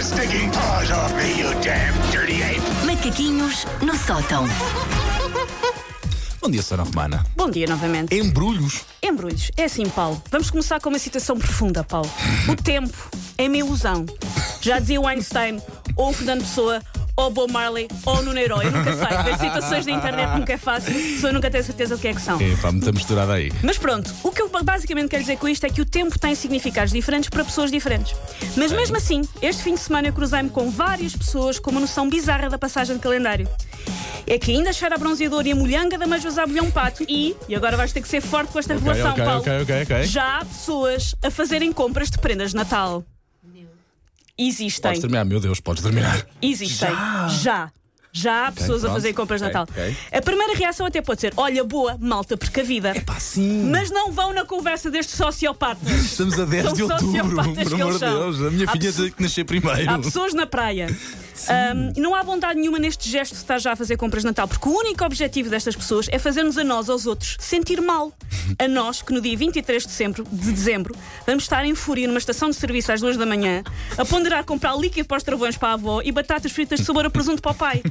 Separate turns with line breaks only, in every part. stinking paws off me, you damn dirty ape!
Macaquinhos no sótão.
Bom dia, Sra. Romana.
Bom dia novamente.
Embrulhos.
Embrulhos. É assim, Paulo. Vamos começar com uma citação profunda, Paulo. O tempo é minha ilusão. Já dizia o Einstein, ou o Fernando Pessoa, ou Bob Marley, ou Nuno Herói. Eu nunca sei. As citações da internet nunca é fácil. A pessoa nunca tem certeza do que é que são.
Epá, muita misturada aí.
Mas pronto, o que eu basicamente quero dizer com isto é que o tempo tem significados diferentes para pessoas diferentes. Mas mesmo assim, este fim de semana eu cruzei-me com várias pessoas com uma noção bizarra da passagem de calendário. É que ainda cheira a bronzeador e a molhanga da Majus Abulhão Pato e, e agora vais ter que ser forte com esta
Ok,
revelação,
ok,
Paulo.
ok, ok, ok.
Já há pessoas a fazerem compras de prendas de Natal. Existem.
Podes terminar, meu Deus, podes terminar.
Existem. Já. Já. há pessoas a
pronto.
fazer compras de
Ok,
Natal.
ok.
A primeira reação até pode ser: olha, boa, malta precavida.
Epá, sim.
Mas não vão na conversa destes sociopatas.
Estamos a 10
São
de outubro,
sociopatas
por
que
amor de
eles são.
Deus. A minha
Há
filha
pessoa-
tem que nascer primeiro.
Há pessoas na praia. Ahm, não há bondade nenhuma neste gesto de estar já a fazer compras de Natal, porque o único objetivo destas pessoas é fazer-nos a nós, aos outros, sentir mal. A nós, que no dia 23 de dezembro, de dezembro vamos estar em fúria numa estação de serviço às 2 da manhã, a ponderar comprar líquido para os travões para a avó e batatas fritas de sabor a presunto para o pai.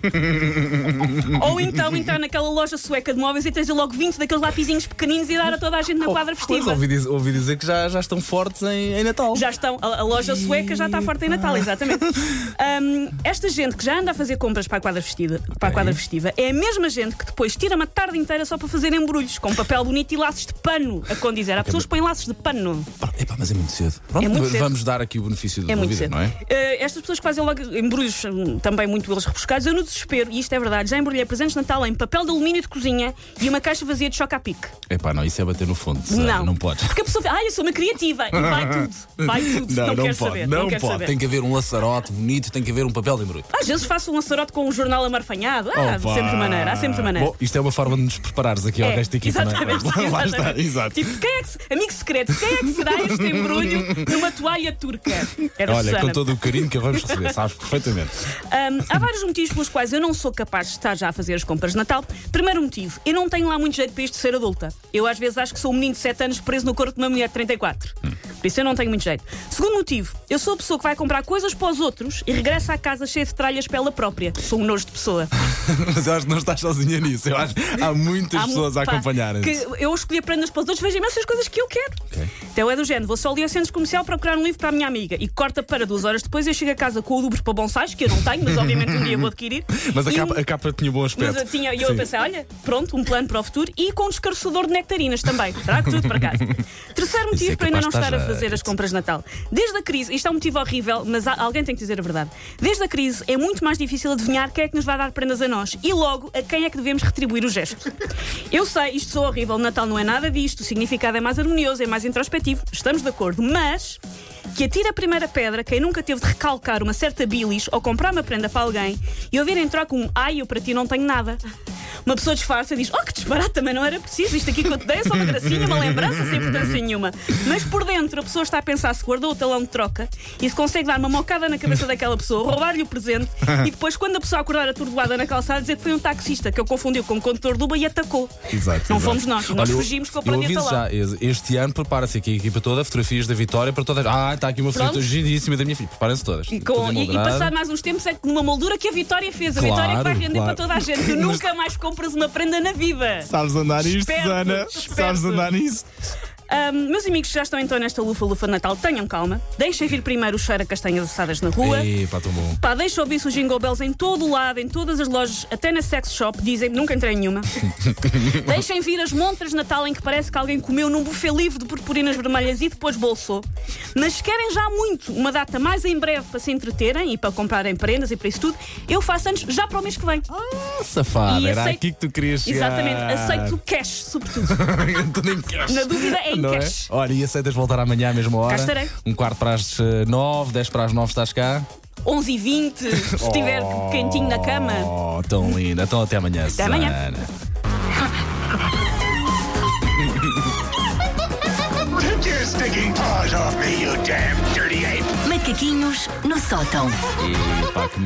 Ou então entrar naquela loja sueca de móveis e trazer logo 20 daqueles lapizinhos pequeninos e dar a toda a gente na quadra
Oh, Pois,
festiva.
ouvi, diz- ouvi dizer que já, já estão fortes em, em Natal.
Já estão, a, a loja sueca já está forte em Natal, exatamente. Hum, esta gente que já anda a fazer compras para a quadra vestida, para a quadra festiva, é a mesma gente que depois tira uma tarde inteira só para fazer embrulhos, com papel bonito e laços de pano, a condizer. Há pessoas que põem laços de pano.
Pá, Epá, mas é muito cedo. Pronto,
muito
v-
cedo.
vamos dar aqui o benefício da
É muito
dúvida,
cedo.
não é?
Eh, estas pessoas que fazem logo embrulhos hum, também muito eles rebuscados, eu no desespero, e isto é verdade, já embrulhei presentes de Natal em papel de alumínio de cozinha e uma caixa vazia de choca-pique.
Epá, não, isso é bater no fundo. Sara,
Não.
Não pode.
Porque a pessoa fica, ah, eu sou uma criativa, e vai tudo, vai tudo, não,
pode,
quero saber.
não,
quero
pode.
saber.
Tem que haver um laçarote bonito, tem que haver um papel de embrulho.
Às vezes faço um lançarote com um jornal amarfanhado. Ah, há
Opa.
sempre maneira, há sempre maneira.
Oh, Bom, isto é uma forma de nos prepararmos aqui ao
É,
resto da equipa, não é?
exatamente,
Lá está,
exatamente.
exato.
Tipo, quem é que, se- amigo secreto, quem é que será este embrulho numa toalha turca? Era
Olha,
Susana.
com todo o carinho que vamos receber, sabes perfeitamente.
Hum, há vários motivos pelos quais eu não sou capaz de estar já a fazer as compras de Natal. Primeiro motivo, eu não tenho lá muito jeito para isto de ser adulta. Eu às vezes acho que sou um menino de 7 anos preso no corpo de uma mulher de 34. Por isso eu não tenho muito jeito. Segundo motivo, eu sou a pessoa que vai comprar coisas para os outros e regressa à casa cheia de tralhas para ela própria. Sou um nojo de pessoa.
Mas eu acho que não estás sozinha nisso. Eu acho que há muitas
Há mu-
pessoas a
pá,
acompanharem.
que Eu escolhi prendas para os outros, vejo imensas coisas que eu quero.
Ok.
Então é do género, vou só ali ao centro comercial procurar um livro para a minha amiga e corta para duas horas depois eu chego a casa com o dobro para bonsais, que eu não tenho, mas obviamente um dia vou adquirir.
Mas a
E
capa,
um-
a capa tinha bom aspecto.
mas eu tinha, e eu a
Sim.
pensar, olha, pronto, um plano para o futuro e com um descarçador de nectarinas também. Trago tudo para casa. Terceiro um motivo
é
para ainda não
capaz de
estar a
estar já-
fazer as compras de Natal. Desde a crise, isto é um motivo horrível, mas há- alguém tem que dizer a verdade. Desde a crise é muito mais difícil adivinhar quem é que nos vai dar prendas a nós e logo a quem é que devemos retribuir o gesto. Eu sei, isto sou horrível, o Natal não é nada disto, o significado é mais harmonioso, é mais introspectivo, estamos de acordo, mas. Que atira a primeira pedra quem nunca teve de recalcar uma certa bilis ou comprar uma prenda para alguém e ouvir em troca um ai, eu para ti não tenho nada. Uma pessoa disfarça e diz: Oh, que disparate, mas não era preciso. Isto aqui que eu te dei é só uma gracinha, uma lembrança, sem importância nenhuma. Mas por dentro a pessoa está a pensar se guardou o talão de troca e se consegue dar uma mocada na cabeça daquela pessoa, roubar-lhe o presente e depois, quando a pessoa acordar atordoada na calçada, dizer que foi um taxista que eu confundiu com o condutor do Uber e atacou.
Exato,
não
exato.
fomos nós, nós
Olha, eu-
fugimos com a
Eu
planeta
aviso
lá.
já, es- este ano prepara-se aqui a equipa toda, fotografias da vitória para todas. Ah, está aqui uma foto
Pronto.
giríssima da minha filha. Preparem-se todas.
E, com- e- e passar
passar
mais uns tempos é que numa moldura que a Vitória fez, a
Claro,
Vitória é que vai render
claro.
para toda a gente. Tu nunca mais compras uma prenda na vida.
Sabes andar nisso,
Esperto, Susana? esperto. Sabes andar
nisso?
Ahm, meus amigos, já estão então nesta lufa-lufa de Natal. Tenham calma. Deixem vir primeiro o cheiro a castanhas assadas na rua.
Epá, tão bom.
Pá, deixa ouvir-se os jingle bells em todo o lado, em todas as lojas, até na sex shop, dizem, nunca entrei em nenhuma. Deixem vir as montras de Natal em que parece que alguém comeu num buffet livre de purpurinas vermelhas e depois bolsou. Mas se querem já muito uma data mais em breve para se entreterem e para comprarem prendas e para isso tudo, eu faço anos já para o mês que vem.
Ah, Safada,
E
era
aceito-
aqui que tu querias chegar.
Exatamente, aceito o cash, sobretudo.
Tudo em cash.
Na dúvida, é em
Não
cash.
Olha, e aceitas voltar amanhã à mesma hora?
Cá estarei.
Um quarto para as eh, nove, dez para as nove estás cá?
11 e 20 se estiver quentinho na cama.
Oh, tão linda. Então até amanhã, Até
amanhã.
Take your stinking paws off me, you damn dirty ape!
Macaquinhos no sótão.
E pá, que